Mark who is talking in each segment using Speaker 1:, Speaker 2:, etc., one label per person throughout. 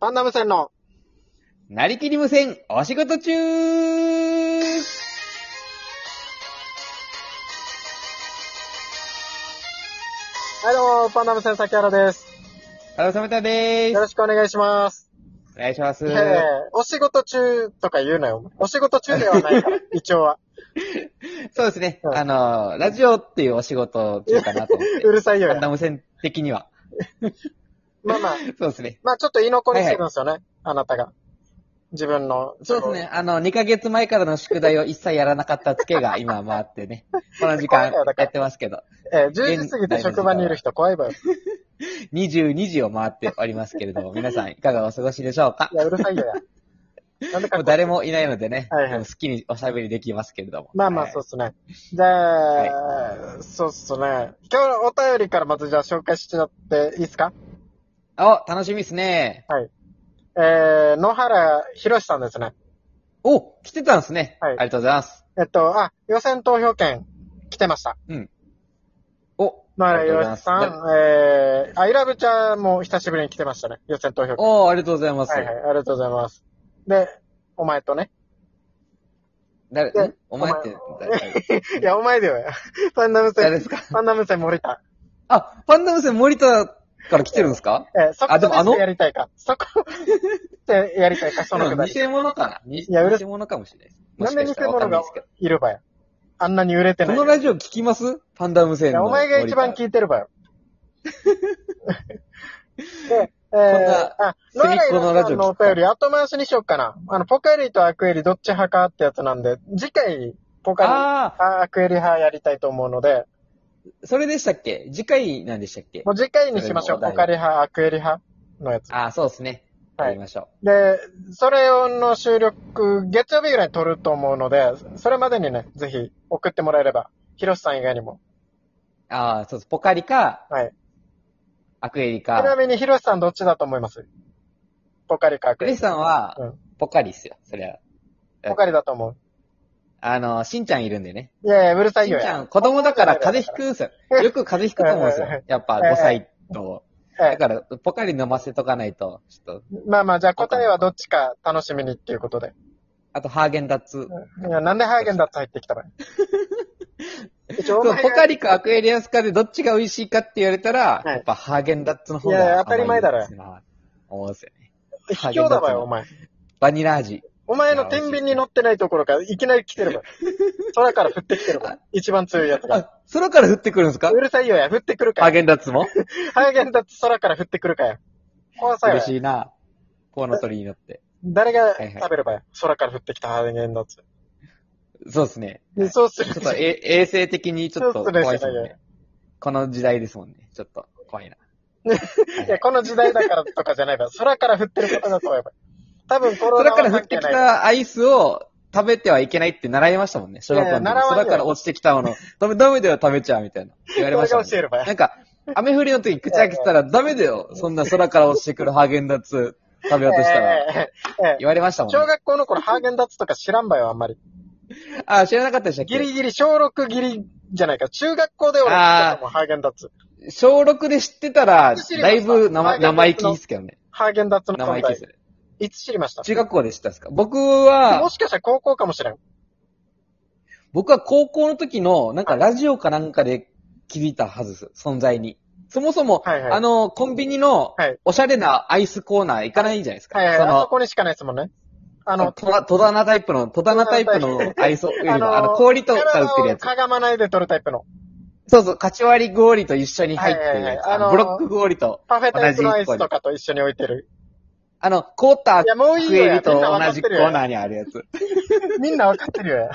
Speaker 1: パンダム戦の、
Speaker 2: なりきり無線、お仕事中
Speaker 1: はいどうも、パンダム戦崎原です。
Speaker 2: カラサメタで
Speaker 1: よろ
Speaker 2: ーす。
Speaker 1: しくお願いします。
Speaker 2: お願いします
Speaker 1: え。えお仕事中とか言うなよ。お仕事中ではない から、一応は。
Speaker 2: そうですね。
Speaker 1: うん
Speaker 2: あのー、ラジオっていうお仕事中かな と思っ
Speaker 1: う
Speaker 2: て。
Speaker 1: るさいよ
Speaker 2: パン。ダ無線的には。
Speaker 1: まあまあ、
Speaker 2: そうですね。
Speaker 1: まあちょっと言い残りしてるんですよね、あなたが。自分の。
Speaker 2: そうですね。あの、2ヶ月前からの宿題を一切やらなかったツケが今回ってね。この時間やってますけど。
Speaker 1: ええ10時過ぎて職場にいる人怖いわよ。
Speaker 2: 22時を回っておりますけれども、皆さんいかがお過ごしでしょうか
Speaker 1: いや、うるさいよや。なんでか
Speaker 2: もう誰もいないのでね、
Speaker 1: はいはい
Speaker 2: もう好きにおしゃべりできますけれども。
Speaker 1: まあまあ、
Speaker 2: はい
Speaker 1: そうっすね。じゃあ、そうっすね。今日お便りからまずじゃあ紹介しちゃっていいですか
Speaker 2: お、楽しみですね。
Speaker 1: えー、野原博さんですね。
Speaker 2: お、来てたんですね。
Speaker 1: はい
Speaker 2: ありがとうございます。
Speaker 1: えっと、あ、予選投票券来てました。
Speaker 2: お、
Speaker 1: 野
Speaker 2: あ
Speaker 1: 原
Speaker 2: りがとう
Speaker 1: 博
Speaker 2: ございます
Speaker 1: さん、えー、アイラブちゃんも久しぶりに来てましたね。予選投票券。
Speaker 2: おー、ありがとうございます。
Speaker 1: はいはい、ありがとうございます。で、お前とね。
Speaker 2: 誰、
Speaker 1: で
Speaker 2: んお前って誰、
Speaker 1: いや、お前だ よ。パンダム
Speaker 2: 誰
Speaker 1: 戦、
Speaker 2: ですか
Speaker 1: パンダム戦森田。
Speaker 2: あ、パンダム戦森田から来てるんですか
Speaker 1: えー、そこ
Speaker 2: あでもあの
Speaker 1: でやりたいか。そこでやりたいか、そのくだり。
Speaker 2: 偽物かなに
Speaker 1: いやうる
Speaker 2: 偽物かもしれないです。も
Speaker 1: な
Speaker 2: し
Speaker 1: んで
Speaker 2: か
Speaker 1: 偽
Speaker 2: したらわか
Speaker 1: 物
Speaker 2: んない
Speaker 1: が
Speaker 2: ですけど。
Speaker 1: いるばよ。あんなに売れてな
Speaker 2: こ
Speaker 1: い。
Speaker 2: のラジオ聞きますパンダム
Speaker 1: い
Speaker 2: 戦
Speaker 1: や
Speaker 2: の。
Speaker 1: お前が一番
Speaker 2: い
Speaker 1: 聞いてる ばよ。で、え
Speaker 2: ん
Speaker 1: ー
Speaker 2: な、
Speaker 1: あ、ノ
Speaker 2: 隅
Speaker 1: ア
Speaker 2: っ
Speaker 1: ライ
Speaker 2: この
Speaker 1: ラ
Speaker 2: ラ
Speaker 1: さ
Speaker 2: ジオ聞く
Speaker 1: んのお便り後回しにしよっかな。あの、ポカリとアクエリどっち派かってやつなんで、次回、ポカリ
Speaker 2: あ
Speaker 1: 派、アクエリ派やりたいと思うので、
Speaker 2: ー、それでしたっけ次回なんでしたっけ
Speaker 1: もう次回にしましょう。ポ
Speaker 2: それもお題
Speaker 1: カリ派、アクエリ派のやつ。
Speaker 2: あー、そうですね。
Speaker 1: はい
Speaker 2: やりましょ
Speaker 1: で、それをの収録、月曜日ぐらいに撮ると思うので、それまでにね、ぜひ送ってもらえれば、ヒロシさん以外にも。
Speaker 2: う。あー、そうです。ポカリか、
Speaker 1: はい。
Speaker 2: アクエリ
Speaker 1: ちな
Speaker 2: か。
Speaker 1: みに、ヒロシさんどっちだと思いますポカリかアク
Speaker 2: ク
Speaker 1: エリ
Speaker 2: リスさんは
Speaker 1: うん、
Speaker 2: ポカリっすよ。そりゃ。
Speaker 1: ポカリだと思う。
Speaker 2: あの、しんちゃんいるんでね。
Speaker 1: いやいや、うるさい
Speaker 2: しん
Speaker 1: よ
Speaker 2: ちゃ
Speaker 1: や。
Speaker 2: ん、子供だから風邪ひくんす よ。よく風邪ひくと思うんですよ
Speaker 1: え。
Speaker 2: やっぱ
Speaker 1: ええ
Speaker 2: 5歳と。
Speaker 1: え
Speaker 2: だから、ポカリ飲ませとかないと、ちょっと。
Speaker 1: えまあまあ、じゃあ答えはどっちか楽しみにっていうことで。
Speaker 2: あと、ハーゲンダッツ。
Speaker 1: いや、なんでハーゲンダッツ入ってきたの一応、
Speaker 2: そう、ポカ
Speaker 1: リ。
Speaker 2: リかアクエリアスかでどっちが美味しいかって言われたら
Speaker 1: は、い
Speaker 2: やっぱハーゲンダッツの方
Speaker 1: いやいや
Speaker 2: が。
Speaker 1: 当たり前だろ
Speaker 2: 思うんですよね。
Speaker 1: 卑怯だわよ、お前。
Speaker 2: バニラ味。
Speaker 1: お前の天秤に乗ってないところからいきなり来てるわ。空から降ってきてるわ。一番強いやつが。
Speaker 2: あ、空から降ってくるんですか
Speaker 1: うるさいよや、降ってくるか
Speaker 2: ハー
Speaker 1: よ。
Speaker 2: ゲンダッツも
Speaker 1: ハーゲンダッツ空から降ってくるかよ。怖さよ
Speaker 2: 嬉
Speaker 1: や。
Speaker 2: しいな。コウノトリに乗って。
Speaker 1: 誰が
Speaker 2: いはい
Speaker 1: 食べればよ。空から降ってきたハーゲンダッツ。
Speaker 2: そうですね。
Speaker 1: でそうする
Speaker 2: ちょっと え衛生的にちょっと怖いですも
Speaker 1: そ
Speaker 2: ん
Speaker 1: うっす
Speaker 2: ね。この時代ですもんね。ちょっと怖いな。
Speaker 1: いや、この時代だからとかじゃないわ。空から降ってることだと思えば。多分コロナ
Speaker 2: 空
Speaker 1: は
Speaker 2: から降って
Speaker 1: 関
Speaker 2: き
Speaker 1: 係ない
Speaker 2: たアイスを食べてはいけないって習いましたもんね。小学校の時
Speaker 1: いやいや習わんよ
Speaker 2: 空から落ちてきたもの、ダメ、ダメだよ、食べちゃう、みたいな。言われましたもん、
Speaker 1: それが教える場合
Speaker 2: なんか、雨降りの時口開けてたら、ダメ だよ、そんな空から落ちてくるハーゲンダッツ食べようとしたら、
Speaker 1: えええええ
Speaker 2: 言われました
Speaker 1: え
Speaker 2: もん
Speaker 1: 小
Speaker 2: ね。
Speaker 1: 学校の頃、ハーゲンダッツとか知らんばよ、あんまり。
Speaker 2: あ、知らなかったでしたっ
Speaker 1: ギリ
Speaker 2: け
Speaker 1: ギリ、小6ギリじゃないか。中学校で俺知ったのもん、ハーゲンダッツ。
Speaker 2: 小6で知ってたら、
Speaker 1: 知りま
Speaker 2: だい
Speaker 1: したハ
Speaker 2: ぶ
Speaker 1: ー
Speaker 2: 生
Speaker 1: ゲンダッツの
Speaker 2: 生意気ですけどね。
Speaker 1: ハーゲンダッツの
Speaker 2: 生
Speaker 1: 存
Speaker 2: 意気で
Speaker 1: 在
Speaker 2: す。。
Speaker 1: いつ知りました
Speaker 2: 中学校で知ったんですか僕は
Speaker 1: も、しかしたら高校かもしれん。
Speaker 2: 僕は高校の時の、なんかラジオかなんかで気づいたはずです、存在に。そもそも、
Speaker 1: はいはい
Speaker 2: あの、コンビニの
Speaker 1: はい、
Speaker 2: おしゃれなアイスコーナー行かないじゃないですか。
Speaker 1: はいはい。
Speaker 2: そ
Speaker 1: あそ
Speaker 2: の、
Speaker 1: こにしかないですもんね。あの、
Speaker 2: 戸田戸棚タイプの、戸棚タイプのアイスより も、
Speaker 1: あ
Speaker 2: あ
Speaker 1: の
Speaker 2: の、氷とか売ってる
Speaker 1: 体
Speaker 2: や
Speaker 1: を
Speaker 2: つ。
Speaker 1: かがまないで取るタイプの。
Speaker 2: そうそう、カチ割り氷と一緒に入ってる
Speaker 1: はいはい
Speaker 2: やつ。
Speaker 1: はいあの
Speaker 2: ブロック氷と、
Speaker 1: パフェタイプのアイスとかと一緒に置いてる。
Speaker 2: あの、凍った
Speaker 1: いや、もういい
Speaker 2: ク
Speaker 1: よ
Speaker 2: エ
Speaker 1: や。
Speaker 2: リ
Speaker 1: み
Speaker 2: と
Speaker 1: んな分か
Speaker 2: 同
Speaker 1: って
Speaker 2: じコ
Speaker 1: るよ
Speaker 2: ー
Speaker 1: や。
Speaker 2: ナーにある やつ。
Speaker 1: みんな分かってるよや。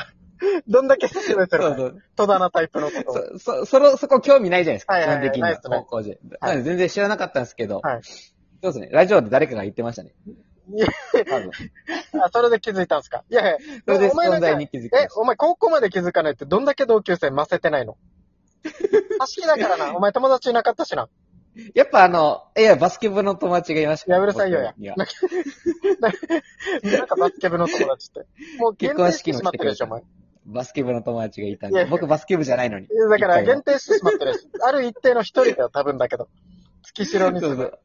Speaker 1: どんだけ好きでて
Speaker 2: そ
Speaker 1: る
Speaker 2: う
Speaker 1: か
Speaker 2: そう。
Speaker 1: 戸棚タイプのことを。
Speaker 2: そ、そ、その、そこ興味ないじゃないですか、
Speaker 1: はい
Speaker 2: 基
Speaker 1: はい
Speaker 2: 本
Speaker 1: はい
Speaker 2: 的に
Speaker 1: ない
Speaker 2: は
Speaker 1: っすね
Speaker 2: 高校時代。
Speaker 1: は
Speaker 2: なんで全然知らなかったんですけど、
Speaker 1: はい
Speaker 2: そうですね、ラジオで誰かが言ってましたね。
Speaker 1: いや
Speaker 2: 多分
Speaker 1: あ、それで気づいたんですかいやいや。
Speaker 2: それで
Speaker 1: お前なん
Speaker 2: 存
Speaker 1: か
Speaker 2: 在に気づきま
Speaker 1: え
Speaker 2: し、
Speaker 1: お前高校まで気づかないってどんだけ同級生ませてないのあ、好きだから な。お前友達いなかったしな。
Speaker 2: た。やっぱあの、いや、バスケ部の友達がいました。
Speaker 1: いや、うるさいよや
Speaker 2: 僕には。
Speaker 1: なんかバスケ部の友達って。もう限定してしまってるでしょ、お前。
Speaker 2: バスケ部の友達がいた
Speaker 1: い
Speaker 2: ん
Speaker 1: や
Speaker 2: で
Speaker 1: い、や
Speaker 2: 僕バスケ部じゃないのに。
Speaker 1: だから
Speaker 2: 一回も
Speaker 1: 限定してしまってるし、ある一定の一人では多分だけど、月城に
Speaker 2: そ
Speaker 1: す
Speaker 2: うそ
Speaker 1: る。
Speaker 2: う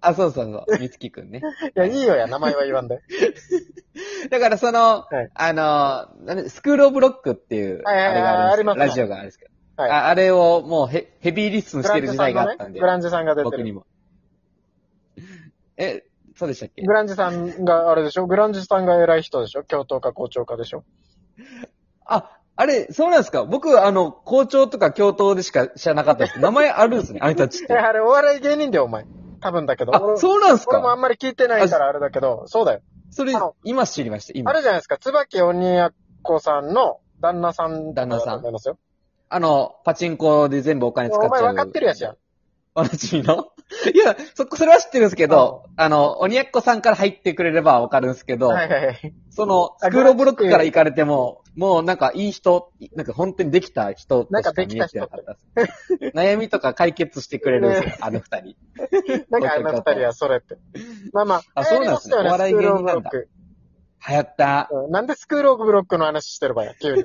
Speaker 2: あ、そうそうそう。みつきくんね。
Speaker 1: いや、いいよや、名前は言わん で。
Speaker 2: だからその、
Speaker 1: はい
Speaker 2: あの、なんでスクールオブロックっていう、
Speaker 1: はいはいはい
Speaker 2: あれがあるんですけど
Speaker 1: ありますね
Speaker 2: ラジオがあるんですけど、
Speaker 1: はい
Speaker 2: ああれをもうヘヘビーリスン
Speaker 1: グ
Speaker 2: して
Speaker 1: ラン
Speaker 2: る
Speaker 1: ジ
Speaker 2: 時
Speaker 1: さ
Speaker 2: 代
Speaker 1: ん
Speaker 2: が
Speaker 1: が
Speaker 2: あ
Speaker 1: ね
Speaker 2: ったん、で、
Speaker 1: グランジさんが出て
Speaker 2: 僕に
Speaker 1: る。
Speaker 2: も。え、そうでしたっけ
Speaker 1: グランジさんがあれでしょグランジさんが偉い人でしょ教頭か校長かでしょ
Speaker 2: あ、あれ、そうなんですか僕、あの、校長とか教頭でしか知らなかったです。名前ある んですね、あれたちっ
Speaker 1: え、
Speaker 2: て。
Speaker 1: あれお笑い芸人だよ、お前。多分だけど。
Speaker 2: あ、そうなんです
Speaker 1: 俺もあん
Speaker 2: か
Speaker 1: まり聞いてないからあれだけど、そうだよ。
Speaker 2: それ、今知りました、今
Speaker 1: あ。るじゃないですか、椿鬼奴さんの旦那さん
Speaker 2: 旦那さん
Speaker 1: だと思いますよ。
Speaker 2: あの、パチンコで全部お金使っちゃ
Speaker 1: お
Speaker 2: う。
Speaker 1: 前分かってるやつやん。
Speaker 2: 私の いや、そ、それは知ってるんですけど、あの、鬼奴さんから入ってくれればわかるんですけど、
Speaker 1: はいはいはい。
Speaker 2: その、
Speaker 1: あ
Speaker 2: スクールオブロックから行かれても、もうなんかいい人、なんか本当にできた人としか見えてなかったです。悩みとか解決してくれるんですよ、あの二人。
Speaker 1: なんかあの二人はそれって。まあまあ、
Speaker 2: あそうなんですね
Speaker 1: 流行りましたよ
Speaker 2: お笑い芸人
Speaker 1: スク
Speaker 2: なんだ
Speaker 1: ールオブロック
Speaker 2: 流行った。
Speaker 1: うんなんでスクールオブロックの話してる場合や、 急に。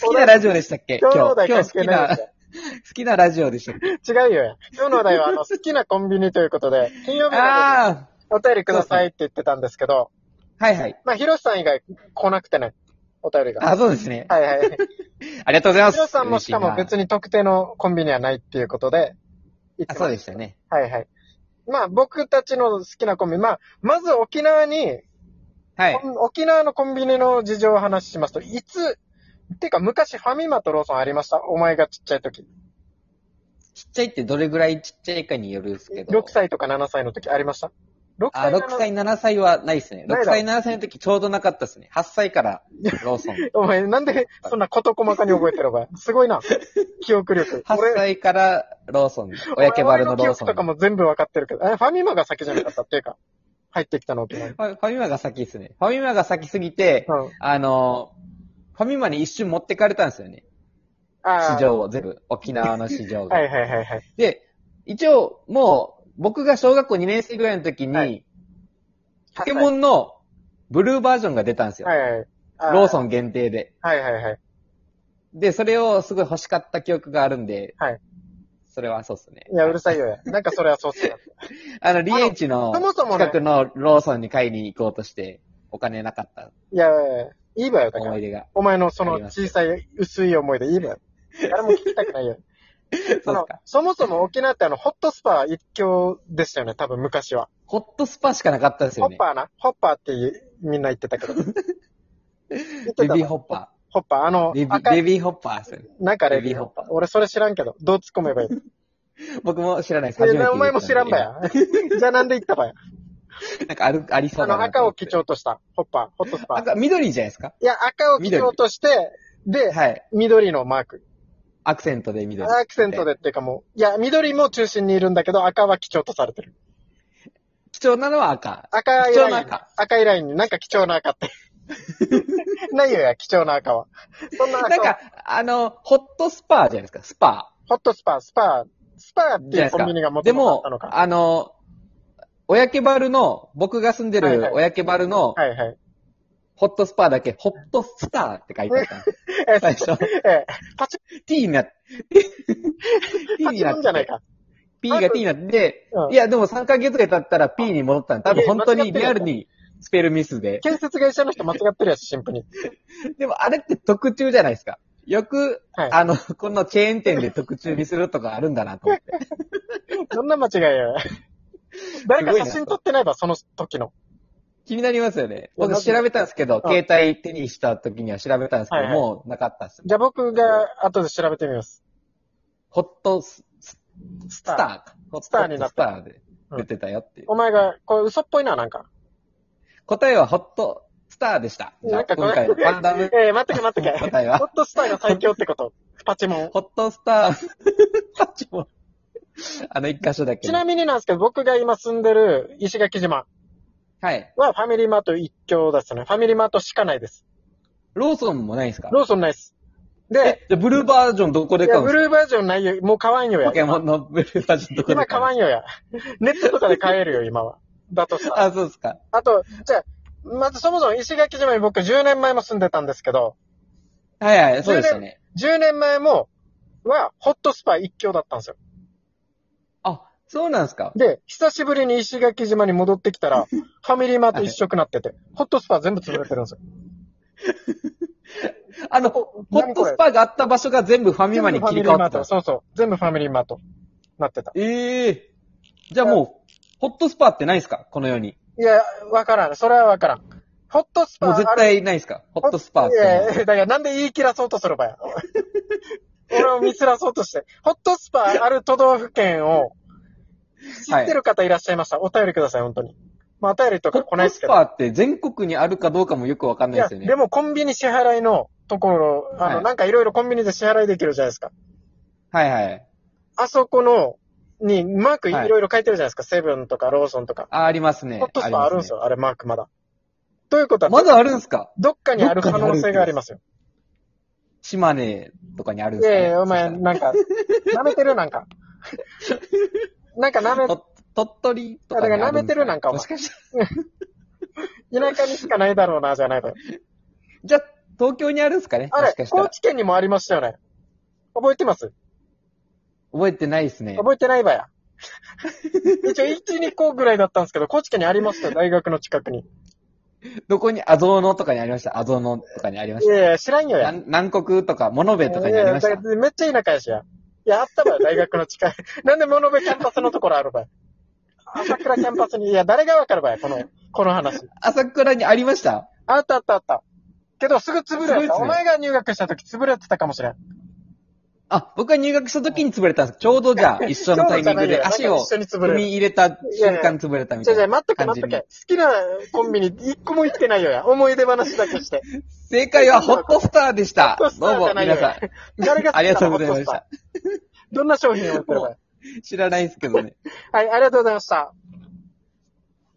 Speaker 2: 好きなラジオでしたっけ
Speaker 1: 今日
Speaker 2: 今日、
Speaker 1: のお題
Speaker 2: 今
Speaker 1: 関
Speaker 2: 日好
Speaker 1: 係
Speaker 2: き
Speaker 1: ない
Speaker 2: な、
Speaker 1: で
Speaker 2: 好きなラジオでしたっけ
Speaker 1: すよ。違うよや。今日のお題は、あの、好きなコンビニということ で、金曜日の
Speaker 2: あ
Speaker 1: お便りくださいって言ってたんですけど、
Speaker 2: あ、はいはい。
Speaker 1: まあ、ヒロシさん以外来なくてね、お便りが。
Speaker 2: あ、そうですね。
Speaker 1: はいはい。
Speaker 2: ありがとうございます。
Speaker 1: ヒロシさんもしかも別
Speaker 2: に。
Speaker 1: に特定のコンビニはないっていうことで、い
Speaker 2: あ、
Speaker 1: つも
Speaker 2: そうでしたね。
Speaker 1: はいはい。まあ、僕たちの好きなコンビニ、まあ、まず沖縄に、
Speaker 2: はい。
Speaker 1: 沖縄のコンビニの事情を話しますと、いつ、てか昔ファミマとローソンありましたお前がちっちゃい時。
Speaker 2: ちっちゃいってどれぐらいちっちゃいかによるんですけど。
Speaker 1: 6歳とか7歳の時ありました6
Speaker 2: あ、
Speaker 1: 歳
Speaker 2: 6歳、7歳はないですね。
Speaker 1: ないだろ
Speaker 2: 6歳、7歳の時ちょうどなかったですね。8歳からローソン。
Speaker 1: お前、なんでそんな事細かに覚えてるお 前。すごいな。記憶力。
Speaker 2: 8歳からローソン。親毛バルのローソ
Speaker 1: 俺の
Speaker 2: ン。
Speaker 1: 記憶とかも全部わかってるけど、え、ファミマが先じゃなかったっていうか、入ってきたの沖縄に。
Speaker 2: ファファミマが先ですね。ファミマが先すぎて、
Speaker 1: うん。
Speaker 2: あの、ファミマに一瞬持ってかれたんですよね。
Speaker 1: ああ。
Speaker 2: 市場を全部。沖縄の市場が。
Speaker 1: はいはいはいはい。
Speaker 2: で、一応、もう、僕が小学校2年生ぐらいの時に、
Speaker 1: はい
Speaker 2: ポケモンのブルーバージョンが出たんですよ。
Speaker 1: はいはい。あ
Speaker 2: ローソン。限定で。
Speaker 1: はいはいはい。
Speaker 2: で、それをすごい欲しかった記憶があるんで、
Speaker 1: はい
Speaker 2: それはそうですね。
Speaker 1: いや、うるさいよや。なんかそれはそうっすよ。
Speaker 2: あの、リエンチの
Speaker 1: そもそもね
Speaker 2: 近くのローソンに買いに行こうとして、お金なかった
Speaker 1: いや、いいわよ、だから
Speaker 2: 思い。出が。
Speaker 1: お前のそ
Speaker 2: あ
Speaker 1: の
Speaker 2: ります
Speaker 1: 小さい薄い思いでいいわよ。誰も聞きたくないよ。そう
Speaker 2: そで
Speaker 1: の
Speaker 2: すか。
Speaker 1: そもそも沖縄ってあの、ホットスパー一強でしたよね、多分昔は。
Speaker 2: ホットスパしかなかったです
Speaker 1: ホ
Speaker 2: よ
Speaker 1: ッ
Speaker 2: ね。
Speaker 1: パーな。ホッパーっていうみんな言ってた けど。言ってた
Speaker 2: ベビー
Speaker 1: な
Speaker 2: ホッパ
Speaker 1: ホッパー。あの
Speaker 2: ー。ベ、ビ
Speaker 1: 赤
Speaker 2: ベ
Speaker 1: い、
Speaker 2: ビーホッパーですよね。
Speaker 1: なんかレ
Speaker 2: ベビ
Speaker 1: ビ
Speaker 2: ー
Speaker 1: ー
Speaker 2: ホッ
Speaker 1: ホッ
Speaker 2: パ
Speaker 1: パ
Speaker 2: ー
Speaker 1: ー。俺それ知らんけど、どう突っ込め ばいい
Speaker 2: 僕も知らないです。初め
Speaker 1: え
Speaker 2: て
Speaker 1: お前も知らんばや。 じゃあなんで言ったばや。
Speaker 2: 今なんかある、ありそ
Speaker 1: あ
Speaker 2: うだ
Speaker 1: の、
Speaker 2: なと
Speaker 1: 赤
Speaker 2: 思っ
Speaker 1: を
Speaker 2: て。
Speaker 1: 基調とした、ホッパー、ホットスパー。
Speaker 2: 赤、緑じゃないですか
Speaker 1: いや、赤を基調として、で、
Speaker 2: はい。
Speaker 1: 緑のマーク。
Speaker 2: アクセントで緑。
Speaker 1: アクセントで。っていうかもう、いや、緑も中心にいるんだけど、赤は基調とされてる。
Speaker 2: 貴重なのは赤。
Speaker 1: 赤い
Speaker 2: 貴
Speaker 1: ライ
Speaker 2: 重
Speaker 1: ン
Speaker 2: な赤。
Speaker 1: 赤いラインに、なんか貴重な赤って。 ないよや、貴重な赤は。そんな赤は
Speaker 2: なんか、あの、ホットスパーじゃないですか、スパ
Speaker 1: ホットスパー、スパー、スパーって
Speaker 2: ー。じゃ
Speaker 1: いう
Speaker 2: ないです
Speaker 1: コン
Speaker 2: か
Speaker 1: ビニがも。
Speaker 2: で
Speaker 1: ともとあっ
Speaker 2: も
Speaker 1: たの、か。
Speaker 2: あの、親毛バルの、僕が住んで
Speaker 1: はいは
Speaker 2: る
Speaker 1: い
Speaker 2: 親毛バルの、
Speaker 1: はいはい。
Speaker 2: ホットスパーだけ、ホットスターって書いてあった。
Speaker 1: え、
Speaker 2: 最初、
Speaker 1: え、パチ
Speaker 2: t になって、t
Speaker 1: パ
Speaker 2: に
Speaker 1: チ
Speaker 2: な
Speaker 1: モンじゃ
Speaker 2: っ
Speaker 1: ない
Speaker 2: て、
Speaker 1: か。
Speaker 2: p が t になって
Speaker 1: う、ん
Speaker 2: いや、でも3ヶ月ぐらい経ったら p に戻ったの。多分本当
Speaker 1: いや間違
Speaker 2: に
Speaker 1: ってる
Speaker 2: リアルにスペルミスで。
Speaker 1: 建設会社の人間違ってるやつ、シンプルに。
Speaker 2: でもあれって特注じゃないですか。よく、
Speaker 1: はい
Speaker 2: あの、このチェーン店で特注にするとかあるんだなと思って。
Speaker 1: どんな間違いや。誰か
Speaker 2: すごいな
Speaker 1: 写真撮ってないば、その時の。
Speaker 2: 気になりますよね。
Speaker 1: いや
Speaker 2: 僕
Speaker 1: なんで
Speaker 2: 調べたんですけど、
Speaker 1: うん
Speaker 2: 携帯手にした時には調べたんですけど、
Speaker 1: はいはい
Speaker 2: もうなかったっす。
Speaker 1: じゃあ僕が後で調べてみます。
Speaker 2: ホットス
Speaker 1: スタ
Speaker 2: ター
Speaker 1: ー。
Speaker 2: か。ホット
Speaker 1: スターになっ
Speaker 2: スターで出てたよっていう。
Speaker 1: お前が、これ嘘っぽいな、なんか。
Speaker 2: 答えはホットスターでした。じゃあ
Speaker 1: なんかこれ
Speaker 2: 今回のファンダム
Speaker 1: えー、待ってけ待ってけ。
Speaker 2: 答え
Speaker 1: ホ
Speaker 2: は、
Speaker 1: ットスターが最強ってこと。パチモン。
Speaker 2: ホットスター、パッチも、あの一箇所だけ。
Speaker 1: ちなみになんですけど、僕が今住んでる石垣島
Speaker 2: はい。
Speaker 1: はファミリーマート一強ですね。ファミリーマートしかないです。
Speaker 2: ローソンもないんですか
Speaker 1: ローソンないです。で、
Speaker 2: え、じゃあブルーバージョンどこ
Speaker 1: い
Speaker 2: で買
Speaker 1: や
Speaker 2: うんで
Speaker 1: ブル
Speaker 2: すか
Speaker 1: ーバージョンないよ。もう買わんよや
Speaker 2: ポ。ケモンのブルーバージョンどこで
Speaker 1: 今
Speaker 2: 買うんですか
Speaker 1: 買わんよや。 ネットとかで買えるよ、今は。だとしたら。
Speaker 2: あ、そうですか。
Speaker 1: あと、じゃあ、まずそもそも石垣島に僕10年前も住んでたんですけど、
Speaker 2: はいはい、そうでしたね。
Speaker 1: 10年前も、は、ホットスパ一強だったんですよ。
Speaker 2: あ、そうなんすか
Speaker 1: で、久しぶりに石垣島に戻ってき たら、ファミリーマート一色なってて、ホットスパ全部潰れてるんですよ。
Speaker 2: あの、ホットスパがあった場所が全部ファミマに切り替わってた。
Speaker 1: そうそう。全部ファミリーマート。なってた。
Speaker 2: ええじゃあもう、ホットスパってないですかこの世に。
Speaker 1: いや、わからん。それはわからん。ホットスパ
Speaker 2: もう絶対ないですかホットスパっ
Speaker 1: いやい
Speaker 2: て。
Speaker 1: やだからなんで言い切らそうとする ばや。俺を見つらそうとして。ホットスパある都道府県を知ってる方いらっしゃいました。お便りください、本当に。まあ、お便りと
Speaker 2: ホ
Speaker 1: か来ない
Speaker 2: ッ
Speaker 1: で
Speaker 2: ト
Speaker 1: す
Speaker 2: ス
Speaker 1: け
Speaker 2: パ
Speaker 1: ど。
Speaker 2: ーって全国にあるかどうかもよくわかんないですよね。
Speaker 1: でもコンビニ支払いのところ、あの、
Speaker 2: はい
Speaker 1: なんかいろいろコンビニで支払いできるじゃないですか。
Speaker 2: はいはい。
Speaker 1: あそこの、にマークいろいろ書いてるじゃないですか。セブンとかローソンとか。
Speaker 2: あ、ありますね。
Speaker 1: ホットスパあるんです
Speaker 2: よ。
Speaker 1: よ、あれマークまだ。という ことは、
Speaker 2: まだあるんすか
Speaker 1: どっかにある可能性がありますよ。
Speaker 2: 島根とかにあるん
Speaker 1: い
Speaker 2: すか、ね、
Speaker 1: やいや、お前、なん か、舐めてるなんか。なんか舐め、
Speaker 2: と鳥取とかにある
Speaker 1: だから舐めてるなんかお前
Speaker 2: もしかして。
Speaker 1: 田舎にしかないだろうな、じゃないのよ。
Speaker 2: じゃあ、東京にあるんすかね
Speaker 1: あ
Speaker 2: も
Speaker 1: れ
Speaker 2: しか、した
Speaker 1: 高
Speaker 2: ら。
Speaker 1: 知県にもありましたよね。覚えてます
Speaker 2: 覚えてないですね。
Speaker 1: 覚えてない ばや。一応、1、2校ぐらいだったんですけど、高知県にありましたよ、大学の近くに。
Speaker 2: どこに、アゾーノとかにありました。アゾーノとかにありま
Speaker 1: い
Speaker 2: し
Speaker 1: やいや、知らんよ
Speaker 2: た。
Speaker 1: や。
Speaker 2: 南南国とか、モノベとかにありまし
Speaker 1: い
Speaker 2: た
Speaker 1: や。だからめっちゃ田舎やしや。いや、あったばよ、大学の近い。 なんで物部キャンパスのところあるばよ。朝倉キャンパスに、いや、誰がわかるばよ、この、この話。
Speaker 2: 朝倉にありました。
Speaker 1: あったあったあった。けど、すぐ潰
Speaker 2: すご
Speaker 1: れ
Speaker 2: い
Speaker 1: た。
Speaker 2: っすね
Speaker 1: お前が入学した時潰れてたかもしれん。
Speaker 2: あ、僕が入学した時に潰れたんです。ちょうどじゃあ、一緒のタイミングで
Speaker 1: 今日じ
Speaker 2: 足
Speaker 1: ゃないよな
Speaker 2: を
Speaker 1: んか一緒に潰
Speaker 2: 踏
Speaker 1: れる
Speaker 2: み。入れた瞬間潰れたみ
Speaker 1: じ
Speaker 2: た
Speaker 1: ゃ
Speaker 2: い
Speaker 1: じゃ、
Speaker 2: な。
Speaker 1: 待っとけ待っとけ。好きなコンビニ一個も行ってないよや。思い出話だけして。
Speaker 2: 正解はホットスターでした
Speaker 1: ホット。スタ
Speaker 2: ど
Speaker 1: ーじ
Speaker 2: うも
Speaker 1: ゃ、ないよ
Speaker 2: 皆さん。
Speaker 1: 誰が好きなの
Speaker 2: ありがとうございまし
Speaker 1: ホットス
Speaker 2: た。
Speaker 1: どんな商品を売ってるか。
Speaker 2: 知らないですけどね。
Speaker 1: はい、ありがとうございました。